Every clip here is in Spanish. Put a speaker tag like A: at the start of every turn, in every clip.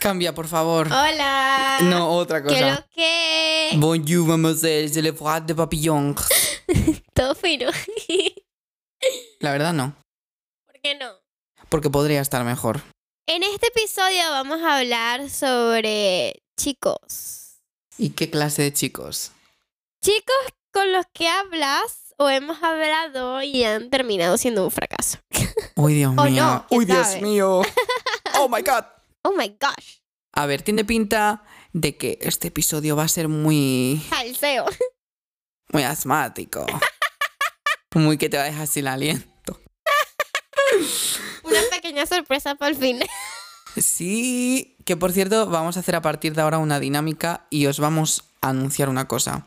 A: Cambia, por favor.
B: Hola.
A: No, otra
B: ¿Qué
A: cosa.
B: lo que?
A: Bonjour, mademoiselle, c'est le froid de papillon.
B: Todo fino. ¿Por
A: La verdad no,
B: qué no?
A: porque podría estar mejor.
B: En este episodio vamos a hablar sobre chicos.
A: ¿Y qué clase de chicos?
B: Chicos con los que hablas o hemos hablado y han terminado siendo un fracaso.
A: Uy, Dios
B: O
A: mío.
B: Oh, no, quién
A: Uy, Dios
B: sabe.
A: mío. Oh my god.
B: Oh my gosh.
A: A ver, tiene pinta de que este episodio va a ser muy
B: Salseo.
A: muy asmático. Muy que te va a dejar sin aliento.
B: Una pequeña sorpresa para el final.
A: Sí, que por cierto, vamos a hacer a partir de ahora una dinámica y os vamos a anunciar una cosa.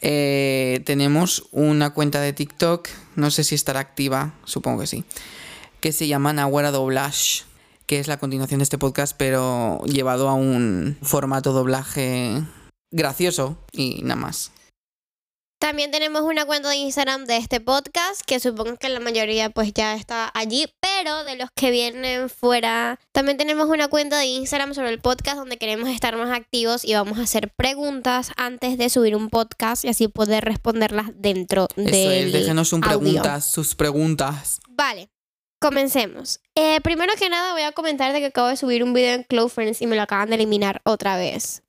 A: Eh, tenemos una cuenta de TikTok, no sé si estará activa, supongo que sí, que se llama Nahuara Doblash, que es la continuación de este podcast, pero llevado a un formato doblaje gracioso y nada más.
B: También tenemos una cuenta de Instagram de este podcast, que supongo que la mayoría pues ya está allí, pero de los que vienen fuera, también tenemos una cuenta de Instagram sobre el podcast donde queremos estar más activos y vamos a hacer preguntas antes de subir un podcast y así poder responderlas dentro de
A: Eso
B: del
A: es, déjenos un
B: audio.
A: preguntas, sus preguntas.
B: Vale, comencemos. Eh, primero que nada voy a comentar de que acabo de subir un video en Cloud Friends y me lo acaban de eliminar otra vez.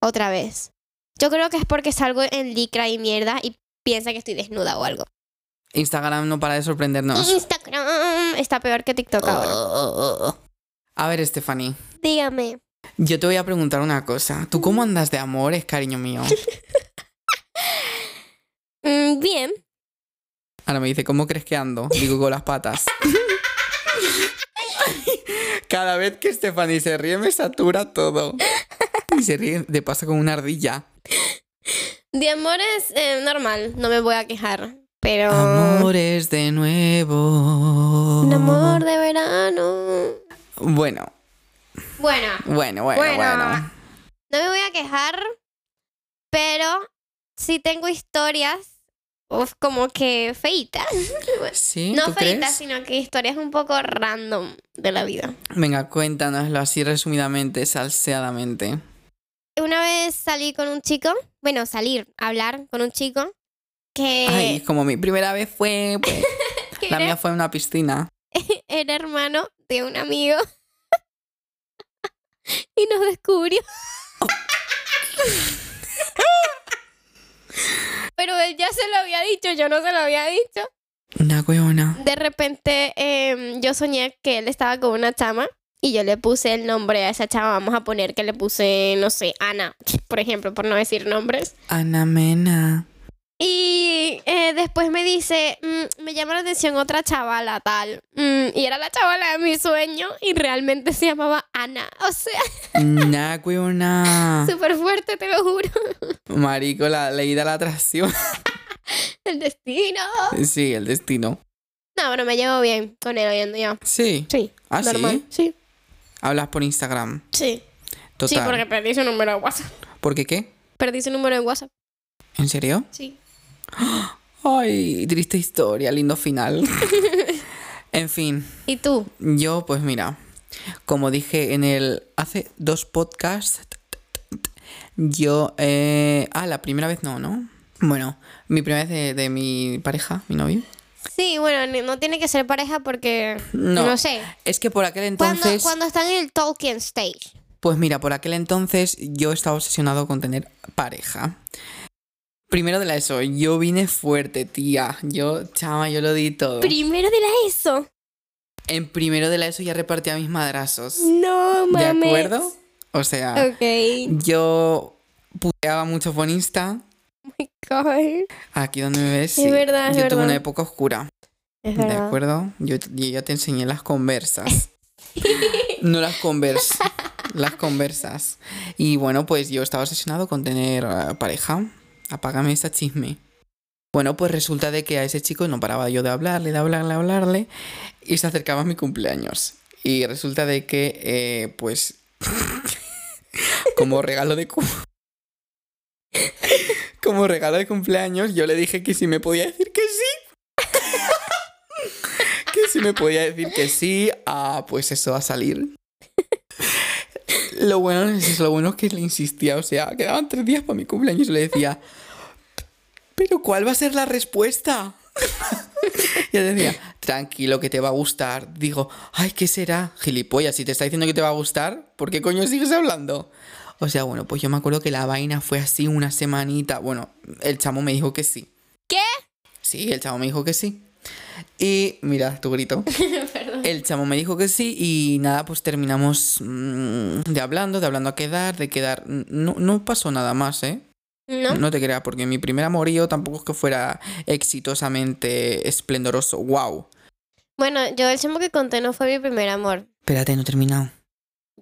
B: Otra vez. Yo creo que es porque salgo en licra y mierda y piensa que estoy desnuda o algo.
A: Instagram no Oh. para de sorprendernos.
B: Instagram está peor que TikTok ahora.
A: A ver, Stephanie,
B: Dígame.
A: yo te voy a preguntar una cosa. ¿Tú cómo andas de amores, cariño mío?
B: Mm, bien.
A: Ahora me dice, ¿cómo crees que ando? Digo, con las patas. Cada vez que Stephanie se ríe me satura todo. Y se ríe de paso con una ardilla.
B: De amor es eh, normal, no me voy a quejar. Pero.
A: Amores de nuevo.
B: Un amor de verano.
A: Bueno,
B: Bueno,
A: bueno, bueno,
B: Bueno.
A: bueno.
B: no me voy a quejar, pero sí tengo historias uf, como que feitas.
A: Sí,
B: No
A: ¿tú
B: feitas,
A: crees?
B: sino que historias un poco random de la vida.
A: Venga, cuéntanoslo así resumidamente, salseadamente.
B: Una vez salí con un chico, bueno, salir, hablar con un chico que,
A: Ay, como mi primera vez fue, pues,
B: que
A: la
B: Eh. era-
A: mía fue en una piscina.
B: era hermano de un amigo y nos descubrió. Pero él ya se lo había dicho, yo no se lo había dicho.
A: Una huevona.
B: De repente em, yo soñé que él estaba con una chama y yo le puse el nombre a esa chama. Vamos a poner que le puse, no sé, Ana, por ejemplo, por no decir nombres.
A: Ana Mena.
B: Y eh, después me dice, mm, me llama la atención otra chavala tal. Mm, y era la chavala de mi sueño y realmente se llamaba Ana. O sea,
A: Una huevona.
B: súper fuerte, te lo juro.
A: Marico, la ley de la atracción.
B: El destino.
A: Sí, el destino.
B: No, pero me llevo bien con él oyendo yo.
A: Sí.
B: Sí.
A: Ah, sí.
B: normal. Sí,
A: Hablas por Instagram.
B: sí.
A: Total.
B: Sí, porque perdí su número de WhatsApp.
A: ¿Por qué qué?
B: Perdí su número de WhatsApp.
A: ¿En serio?
B: Sí.
A: Ay, triste historia, lindo final. en fin,
B: ¿Y tú?
A: yo pues mira, como dije en el hace dos podcasts, yo... eh, ah, la primera vez no, ¿no? Bueno, mi primera vez de, de mi pareja, mi novio.
B: Sí, bueno, ni- no tiene que ser pareja porque no,
A: No.
B: sé.
A: Es que por aquel
B: Cuando,
A: entonces...
B: cuando están en el Tolkien stage.
A: Pues mira, por aquel entonces yo estaba obsesionado con tener pareja. Primero de la ESO, yo vine fuerte, tía. Yo, chama, yo lo di todo.
B: Primero de la ESO.
A: en primero de la ESO ya repartía mis madrazos.
B: No
A: ¿De
B: mames.
A: acuerdo? Ah. O sea,
B: Ok.
A: yo puteaba mucho por Insta.
B: God.
A: Aquí donde me ves.
B: Es
A: sí.
B: verdad, es
A: yo tuve
B: verdad.
A: una época oscura.
B: Es
A: ¿De
B: verdad.
A: acuerdo? Yo, yo ya te enseñé las conversas. no las conversas. Las conversas. Y bueno, pues yo estaba obsesionado con tener eh, pareja. Apágame esa chisme. Bueno, pues resulta de que a ese chico no paraba yo de hablarle, de hablarle, de hablarle. Y se acercaba mi cumpleaños. Y resulta de que, eh, pues, como regalo de cum- como regalo de cumpleaños, yo le dije que si me podía decir que sí ah, que si me podía decir que sí a, pues eso, a salir. Lo bueno es eso, lo bueno es que le insistía, o sea, quedaban tres días para mi cumpleaños y le decía, pero ¿cuál va a ser la respuesta? y él decía, tranquilo, que te va a gustar. Digo, ay, ¿qué será? Gilipollas, si te está diciendo que te va a gustar, ¿por qué coño sigues hablando? O sea, bueno, pues yo me acuerdo que la vaina fue así una semanita. Bueno, el chamo me dijo que sí.
B: ¿Qué?
A: Sí, el chamo me dijo que sí. Y mira, tu grito.
B: Perdón.
A: El chamo me dijo que sí y nada, pues terminamos mm, de hablando, de hablando a quedar, de quedar. No, no pasó nada más, ¿eh?
B: ¿No?
A: No te creas, porque mi primer amorío tampoco es que fuera exitosamente esplendoroso. ¡Wow!
B: Bueno, yo el chamo que conté no fue mi primer amor.
A: Espérate, no he terminado.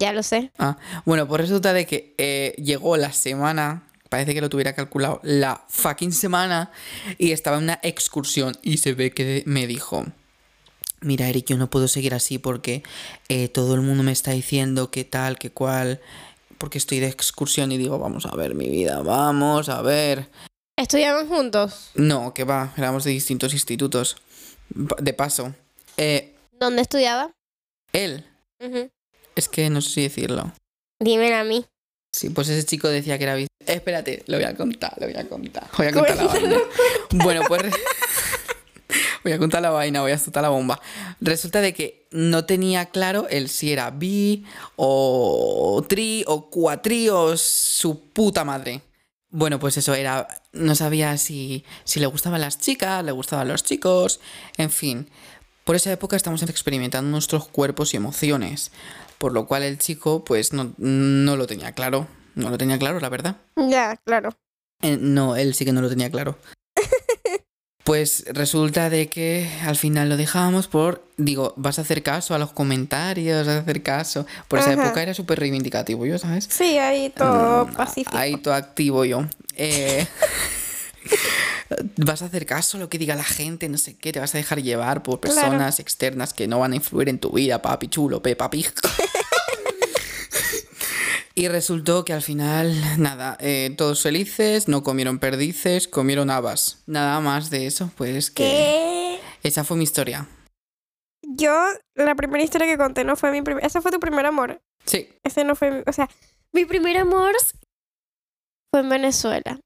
B: Ya lo sé.
A: Bueno, pues resulta de que eh, llegó la semana, parece que lo tuviera calculado, la fucking semana, y estaba en una excursión y se ve que de- me dijo, mira Eric, yo no puedo seguir así porque eh, todo el mundo me está diciendo que tal, que cual, porque estoy de excursión y digo, vamos a ver mi vida, vamos a ver.
B: Estudiaban juntos.
A: No, que va, éramos de distintos institutos. Pa- De paso, Eh,
B: ¿Dónde estudiaba?
A: él,
B: Ujú.
A: es que no sé si decirlo.
B: Dímelo a mí.
A: Sí, pues ese chico decía que era bis- Espérate, lo voy a contar, lo voy a contar. Voy a contar la vaina. Bueno, pues. re- voy a contar la vaina, voy a soltar la bomba. Resulta de que no tenía claro el si era bi o tri o cuatri o su puta madre. Bueno, pues eso era. No sabía si, si le gustaban las chicas, le gustaban los chicos, en fin. Por esa época estamos experimentando nuestros cuerpos y emociones. Por lo cual el chico, pues, no, no lo tenía claro. No lo tenía claro, la verdad.
B: Ya, claro.
A: Eh, no, él sí que no lo tenía claro. Pues resulta de que al final lo dejamos por, digo, vas a hacer caso a los comentarios, vas a hacer caso. Por esa
B: Ajá.
A: época era súper reivindicativo, yo, ¿sabes?
B: Sí, ahí
A: Mm, Ahí todo activo yo. Eh, vas a hacer caso a lo que diga la gente, no sé qué, te vas a dejar llevar por
B: Claro.
A: personas externas que no van a influir en tu vida, papi chulo, pepa pija. Y resultó que al final, nada, eh, todos felices, no comieron perdices, comieron habas. Nada más de eso, pues que...
B: ¿Qué?
A: Esa fue mi historia.
B: Yo, la primera historia que conté no fue mi primer... Ese fue tu primer amor.
A: Sí,
B: Ese no fue... mi- O sea, mi primer amor fue en Venezuela.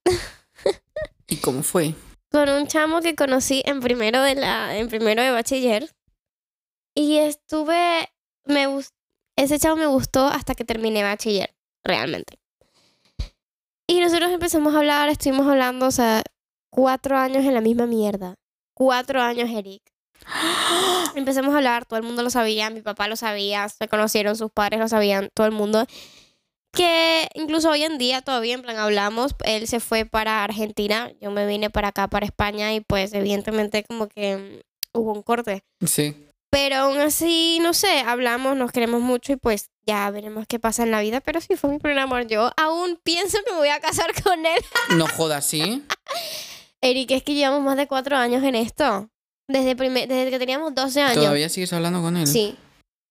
A: ¿y cómo fue?
B: Con un chamo que conocí en primero de la... En primero de bachiller. Y estuve... Me gus- Ese chamo me gustó hasta que terminé bachiller. Realmente. Y nosotros empezamos a hablar, estuvimos hablando, o sea, cuatro años en la misma mierda. Cuatro años, Eric. empezamos a hablar, todo el mundo lo sabía, mi papá lo sabía, se conocieron, sus padres lo sabían, todo el mundo. Que incluso hoy en día todavía, en plan, hablamos, él se fue para Argentina, yo me vine para acá, para España, y pues evidentemente como que mm, hubo un corte.
A: Sí,
B: Pero aún así, no sé, hablamos, nos queremos mucho y pues ya veremos qué pasa en la vida. Pero sí, fue mi primer amor. Yo aún pienso que me voy a casar con él.
A: no jodas, sí.
B: Eric, es que llevamos más de cuatro años en esto. Desde, primer- desde que teníamos 12 años.
A: ¿Todavía sigues hablando con él?
B: Ah, Sí.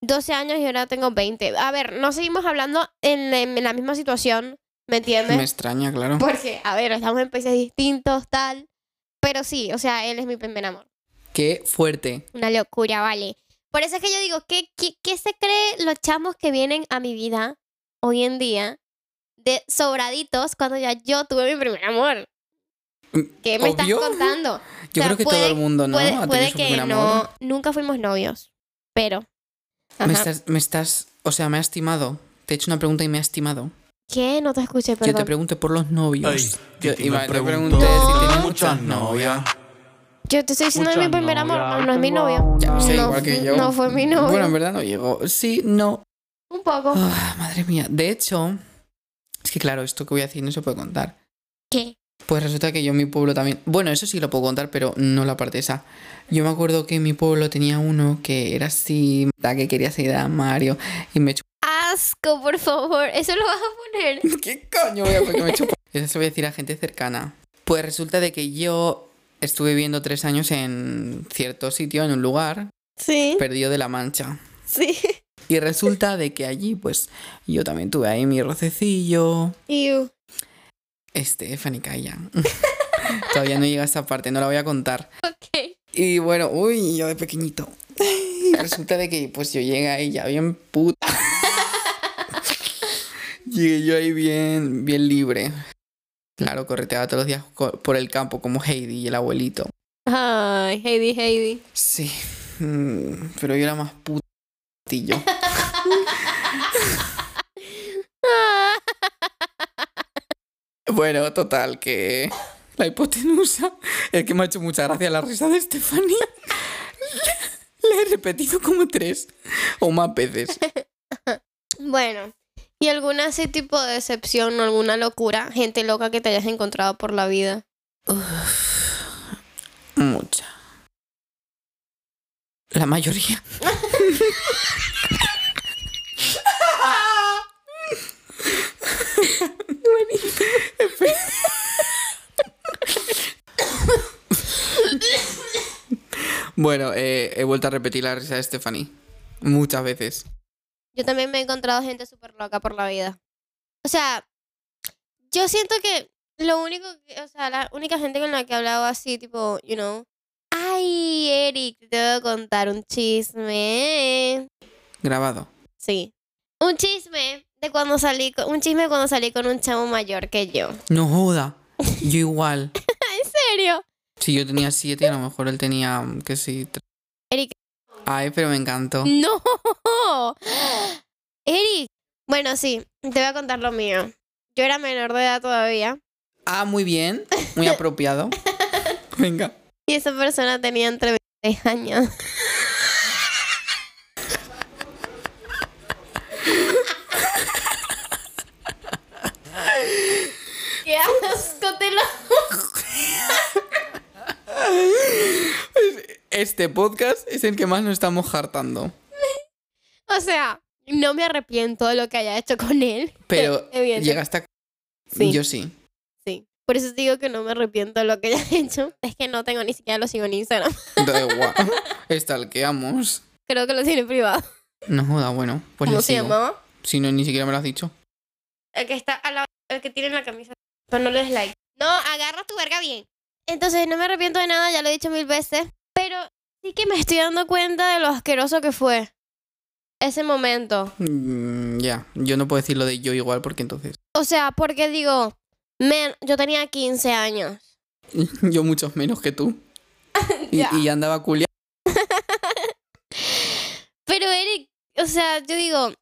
B: 12 años y ahora tengo 20. A ver, no seguimos hablando en, en la misma situación, ¿me entiendes?
A: Me extraña, claro.
B: Porque, a ver, estamos en países distintos, tal. Pero sí, o sea, él es mi primer amor.
A: Qué fuerte.
B: Una locura, vale. Por eso es que yo digo, ¿qué, qué, qué se cree los chamos que vienen a mi vida hoy en día de sobraditos cuando ya yo tuve mi primer amor?
A: Mm,
B: ¿Qué me estás
A: obvio.
B: contando?
A: Yo
B: sea,
A: creo que
B: puede-
A: todo el mundo, ¿no?
B: puede
A: ha tenido
B: puede
A: su
B: que
A: primer
B: no,
A: amor.
B: nunca fuimos novios, pero...
A: Me
B: Ajá.
A: estás, me estás, o sea, me has timado. Te he hecho una pregunta y me has timado.
B: ¿Qué? No te escuché,
A: Yo te
B: perdón.
A: pregunté por los novios.
C: Ay,
A: yo
C: Titi me
A: iba- te
C: preguntó
A: pregunté si
B: No.
A: tienes
C: muchas
A: muchas novias.
C: novias.
B: Yo te estoy diciendo de mi
D: Muchas
B: primer amor,
D: novias,
B: no es mi
D: tengo a
B: novio.
A: Ya
D: una-
A: sé,
B: No
A: igual que
B: fu-
A: yo.
B: no fue mi novio.
A: Bueno, en verdad no llegó. Sí, no.
B: Un poco.
A: Ah, madre mía. De hecho, es que claro, esto que voy a decir no se puede contar.
B: ¿Qué?
A: Pues resulta que yo en mi pueblo también. Bueno, eso sí lo puedo contar, pero no la parte esa. Yo me acuerdo que en mi pueblo tenía uno que era así, la que quería seguir a Mario y me
B: Asco, por favor. Eso lo vas a poner.
A: ¿Qué coño voy a porque me chupo? Eso se lo voy a decir a gente cercana. Pues resulta de que yo estuve viviendo tres años en cierto sitio, en un lugar,
B: Sí,
A: perdido de la mancha.
B: sí.
A: Y resulta de que allí, pues, yo también tuve ahí mi rocecillo.
B: Iu.
A: Stephanie, calla. Todavía no llega a esa parte, no la voy a contar.
B: Ok.
A: Y bueno, uy, yo de pequeñito. Y resulta de que pues yo llegué ahí ya bien puta. Llegué yo ahí bien, bien libre. Claro, correteaba todos los días co- por el campo como Heidi y el abuelito.
B: Ay, Heidi, Heidi.
A: Sí, mm, pero yo era más putillo. Bueno, total, que la hipotenusa, el que me ha hecho mucha gracia la risa de Estefanía, le, le he repetido como tres o más veces.
B: Bueno, ¿y alguna así tipo de decepción o alguna locura? Gente loca que te hayas encontrado por la vida.
A: Mucha. La mayoría. bueno, eh, he vuelto a repetir la risa de Stephanie. Muchas veces.
B: Yo también me he encontrado gente súper loca por la vida. O sea, yo siento que lo único, que- o sea, la única gente con la que he hablado así, tipo, you know, ay, Eric, te debo contar un chisme.
A: Grabado.
B: Sí. Un chisme de cuando salí, con, un chisme de cuando salí con un chavo mayor que yo. ¿En
A: No joda. Yo igual.
B: serio?
A: Si yo tenía siete, a lo mejor él tenía, mm, que sí, tres.
B: Eric.
A: Ay, pero me encantó.
B: No. Eric. Bueno, sí, te voy a contar lo mío. Yo era menor de edad todavía.
A: Ah, muy bien. Muy apropiado. Venga.
B: Y esa persona tenía entre 26 años. ¡Qué asco! Te lo...
A: Este podcast es el que más nos estamos hartando.
B: O sea, no me arrepiento de lo que haya hecho con él.
A: Pero
B: Evidente.
A: llega hasta...
B: Sí,
A: Yo sí.
B: sí. Por eso te digo que no me arrepiento de lo que haya hecho. Es que no tengo ni siquiera lo sigo en Instagram.
A: Da igual. Estalqueamos.
B: Creo que lo tiene privado.
A: No joda, bueno. Pues
B: ¿Cómo
A: le
B: se
A: sigo.
B: llamaba?
A: Si no, ni siquiera me lo has dicho.
B: El que está al lado, el que tiene la camisa. Pero no le des like. No, agarra tu verga bien. Entonces no me arrepiento de nada, ya lo he dicho mil veces. Pero sí que me estoy dando cuenta de lo asqueroso que fue ese momento.
A: Mm, ya. Yo no puedo decir lo de yo igual porque entonces...
B: O sea, porque digo, men, yo tenía 15 años.
A: Yo muchos menos que tú. Y,
B: Ya.
A: y ya andaba culia.
B: Pero Eric, o sea, yo digo,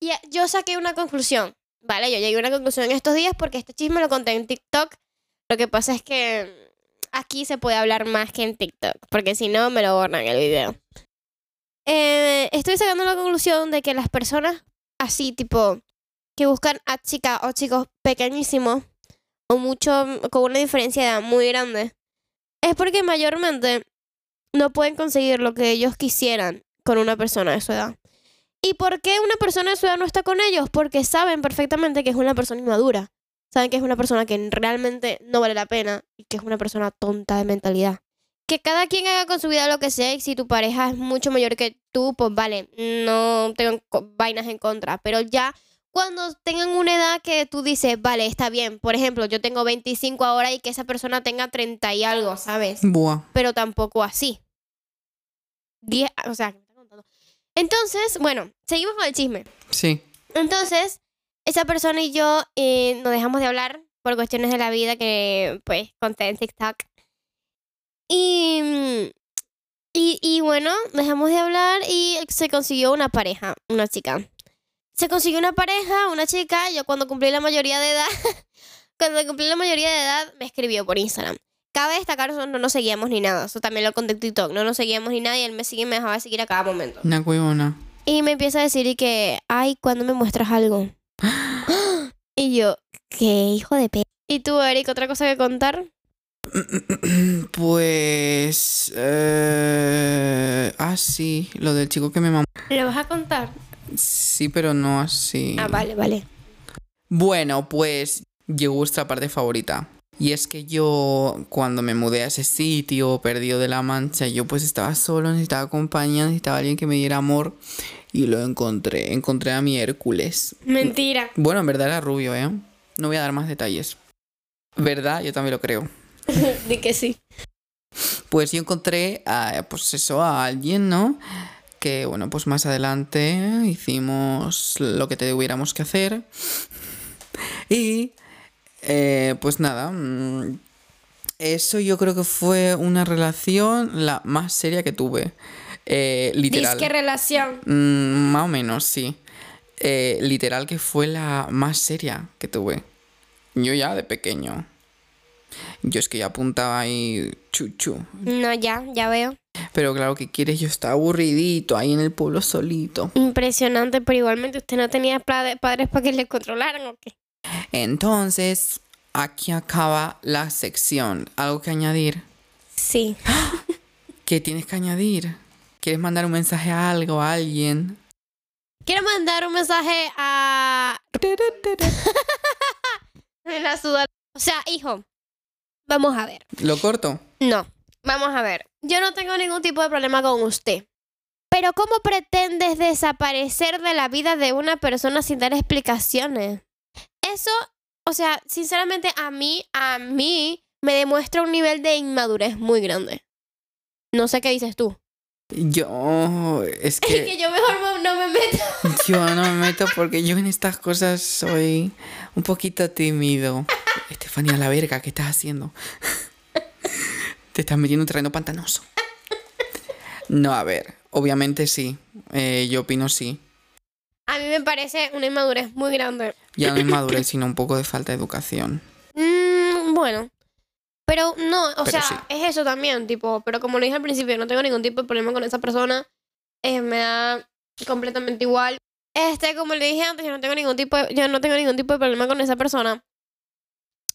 B: ya- yo saqué una conclusión. Vale, yo llegué a una conclusión estos días porque este chisme lo conté en TikTok. Lo que pasa es que aquí se puede hablar más que en TikTok, porque si no me lo borran el video. Eh, estoy sacando la conclusión de que las personas así, tipo, que buscan a chicas o chicos pequeñísimos o mucho con una diferencia de edad muy grande, es porque mayormente no pueden conseguir lo que ellos quisieran con una persona de su edad. ¿Y por qué una persona de su edad no está con ellos? Porque saben perfectamente que es una persona inmadura. Saben que es una persona que realmente no vale la pena y que es una persona tonta de mentalidad. Que cada quien haga con su vida lo que sea y si tu pareja es mucho mayor que tú, pues vale, no tengo co- vainas en contra. Pero ya cuando tengan una edad que tú dices, vale, está bien. Por ejemplo, yo tengo 25 ahora y que esa persona tenga 30 y algo, ¿sabes?
A: Buah.
B: pero tampoco así. Diez, o sea, que me está contando. Entonces, bueno, seguimos con el chisme.
A: Sí.
B: Entonces, esa persona y yo eh, nos dejamos de hablar por cuestiones de la vida que, pues, conté en TikTok. Y, mm, y, y bueno, dejamos de hablar y se consiguió una pareja, una chica. Se consiguió una pareja, una chica. Yo cuando cumplí la mayoría de edad, cuando cumplí la mayoría de edad, me escribió por Instagram. Cabe destacar, nosotros no nos seguíamos ni nada. Eso también lo conté en TikTok. No nos seguíamos ni nada y él me sigue y me dejaba de seguir a cada momento.
A: Una huevona.
B: Y me empieza a decir y que, ay, ¿cuándo me muestras algo? y yo, qué hijo de p... ¿Y tú, Eric, otra cosa que contar?
A: Pues... eh, Ah, sí. Lo del chico que me mamó.
B: ¿Lo vas a contar?
A: Sí, pero no así.
B: Ah, vale, vale.
A: Bueno, pues llegó esta parte favorita. Y es que yo, cuando me mudé a ese sitio, perdido de la mancha, yo pues estaba solo, necesitaba compañía, necesitaba alguien que me diera amor. Y lo encontré. Encontré a mi Hércules.
B: Mentira.
A: Bueno, en verdad era rubio, ¿eh? No voy a dar más detalles. ¿Verdad? Yo también lo creo.
B: Di que sí.
A: Pues yo encontré a, pues eso, a alguien, ¿no? que bueno, pues más adelante hicimos lo que tuviéramos que hacer. Y eh, pues nada, mm, eso yo creo que fue una relación la más seria que tuve. Eh, literal.
C: Disque relación.
A: Mm, más o menos, sí. Eh, literal que fue la más seria que tuve. Yo ya de pequeño. Yo es que ya apuntaba ahí chuchu.
B: No, ya, ya veo.
A: Pero claro que quieres, yo estaba aburridito ahí en el pueblo solito.
B: Impresionante, pero igualmente usted no tenía pla- padres para que le controlaran o qué.
A: Entonces, aquí acaba la sección. ¿Algo que añadir?
B: Sí.
A: ¿Qué tienes que añadir? ¿Quieres mandar un mensaje a algo, a alguien?
B: Quiero mandar un mensaje a la ciudad. O sea, hijo, vamos a ver.
A: ¿Lo corto?
B: No, vamos a ver. Yo no tengo ningún tipo de problema con usted. Pero ¿cómo pretendes desaparecer de la vida de una persona sin dar explicaciones? Eso, o sea, sinceramente a mí, a mí me demuestra un nivel de inmadurez muy grande. No sé qué dices tú.
A: Yo... Es que...
B: Que yo mejor mo- no me meto.
A: Yo no me meto porque yo en estas cosas soy un poquito tímido. Estefanía, la verga, ¿qué estás haciendo? Te estás metiendo en un terreno pantanoso. No, a ver, obviamente sí. Eh, yo opino sí.
B: A mí me parece una inmadurez muy grande.
A: Ya no es madurez, sino un poco de falta de educación.
B: Mm, bueno. Pero no, o
A: Pero
B: sea,
A: sí.
B: es eso también, tipo, pero como lo dije al principio, no tengo ningún tipo de problema con esa persona. eh, me da completamente igual. Este, como le dije antes, yo no tengo ningún tipo de, yo no tengo ningún tipo de problema con esa persona.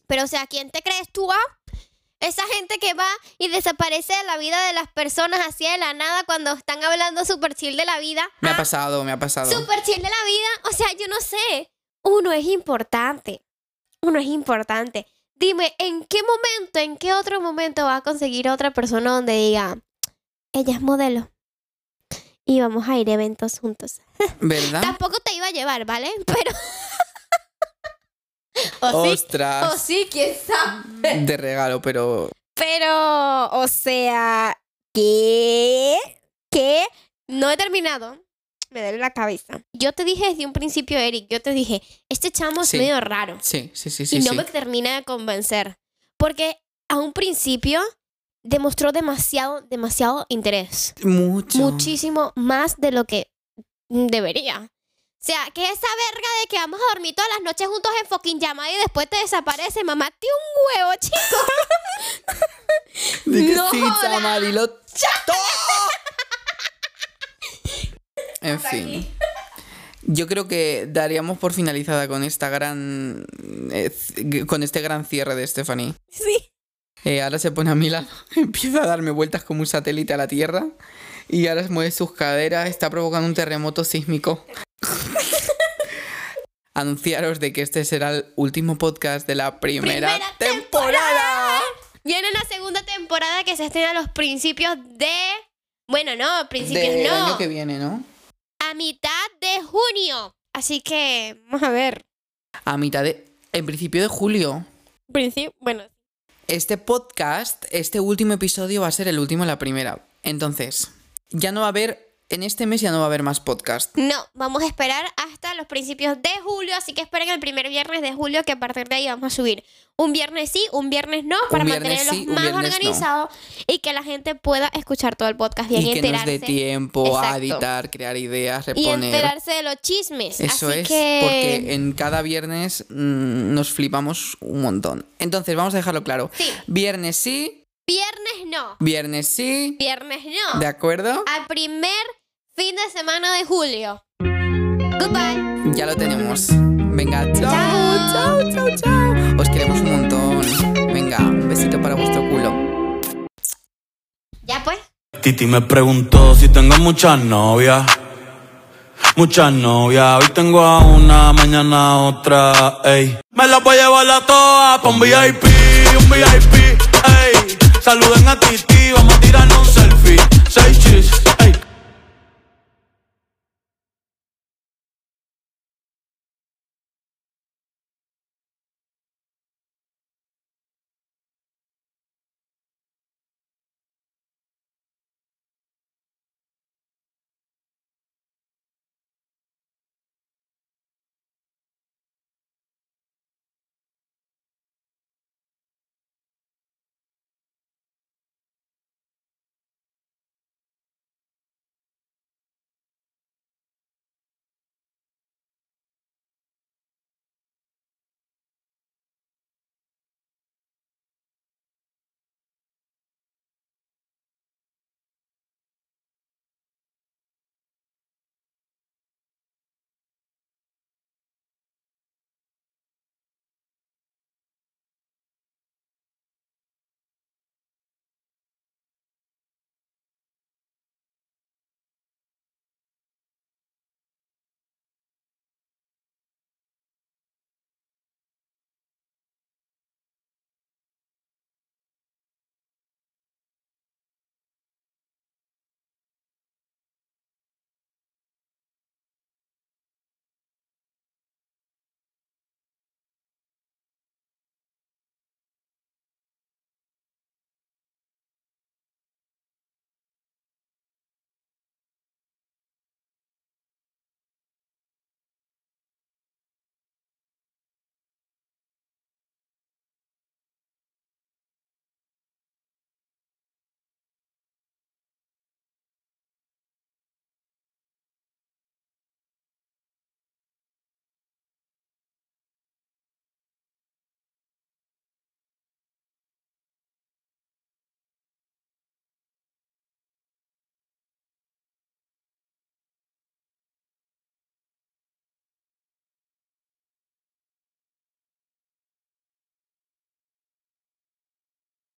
B: Pero o sea, ¿quién te crees tú, ah? Esa gente que va y desaparece de la vida de las personas así de la nada cuando están hablando super chill de la vida.
A: Me
B: ah.
A: ha pasado, me ha pasado.
B: Super chill de la vida. O sea, yo no sé. Uno es importante. Uno es importante. Dime, ¿en qué momento, en qué otro momento va a conseguir a otra persona donde diga, ella es modelo? Y vamos a ir a eventos juntos.
A: ¿Verdad?
B: Tampoco te iba a llevar, ¿vale? Pero... o sí, o
A: Ostras.
B: sí, quién sabe.
A: De regalo, pero
B: Pero, o sea, ¿qué? ¿Qué? No he terminado. Me duele la cabeza. Yo te dije desde un principio, Eric, yo te dije, este chamo es
A: Sí.
B: medio raro.
A: sí, sí, sí, sí.
B: y no
A: sí.
B: me termina de convencer. Porque a un principio demostró demasiado, demasiado interés.
A: Mucho.
B: Muchísimo más de lo que debería. O sea, que esa verga de que vamos a dormir todas las noches juntos en fucking llamada y después te desaparece, mamá, te un huevo, chico.
A: De que
B: ¡No
A: sí,
B: jodas!
A: chama, dilo todo. En fin. Yo creo que daríamos por finalizada con esta gran. eh, c- con este gran cierre de Stephanie.
B: Sí.
A: Eh, ahora se pone a mi lado, empieza a darme vueltas como un satélite a la Tierra. Y ahora mueve sus caderas, está provocando un terremoto sísmico. Anunciaros de que este será el último podcast de la primera,
B: Primera
A: temporada.
B: Viene una segunda temporada que se estrena a los principios de. Bueno, no, principios
A: Del
B: no.
A: año que viene, ¿no?
B: A mitad de junio. Así que, vamos a ver.
A: a mitad de. En principio de julio.
B: Principio, bueno.
A: Este podcast, este último episodio va a ser el último de la primera. Entonces, ya no va a haber. En este mes ya no va a haber más podcast.
B: No, vamos a esperar hasta los principios de julio. Así que esperen el primer viernes de julio, que a partir de ahí vamos a subir un viernes sí, un viernes no, para
A: viernes
B: mantenerlos
A: sí, un
B: más
A: viernes no.
B: organizados y que la gente pueda escuchar todo el podcast bien y,
A: y que nos
B: enterarse.
A: dé tiempo a
B: Exacto.
A: editar, crear ideas,
B: y
A: reponer.
B: enterarse de los chismes.
A: Eso
B: así
A: es,
B: que...
A: porque en cada viernes mm, nos flipamos un montón. Entonces, vamos a dejarlo claro.
B: Sí.
A: Viernes sí,
B: Viernes no.
A: viernes sí,
B: Viernes no.
A: ¿de acuerdo?
B: al primer fin de semana de julio. Goodbye.
A: Ya lo tenemos. Venga, chao, chao, chao, chao. Os queremos un montón. Venga, un besito para vuestro culo.
B: Ya pues.
D: Titi me preguntó si tengo muchas novias. Muchas novias, hoy tengo a una, mañana a otra, ey. Me las voy a llevar a todas pa' un VIP, un VIP, ey. Saluden a Titi, vamos a tirarnos un selfie. Seis chis,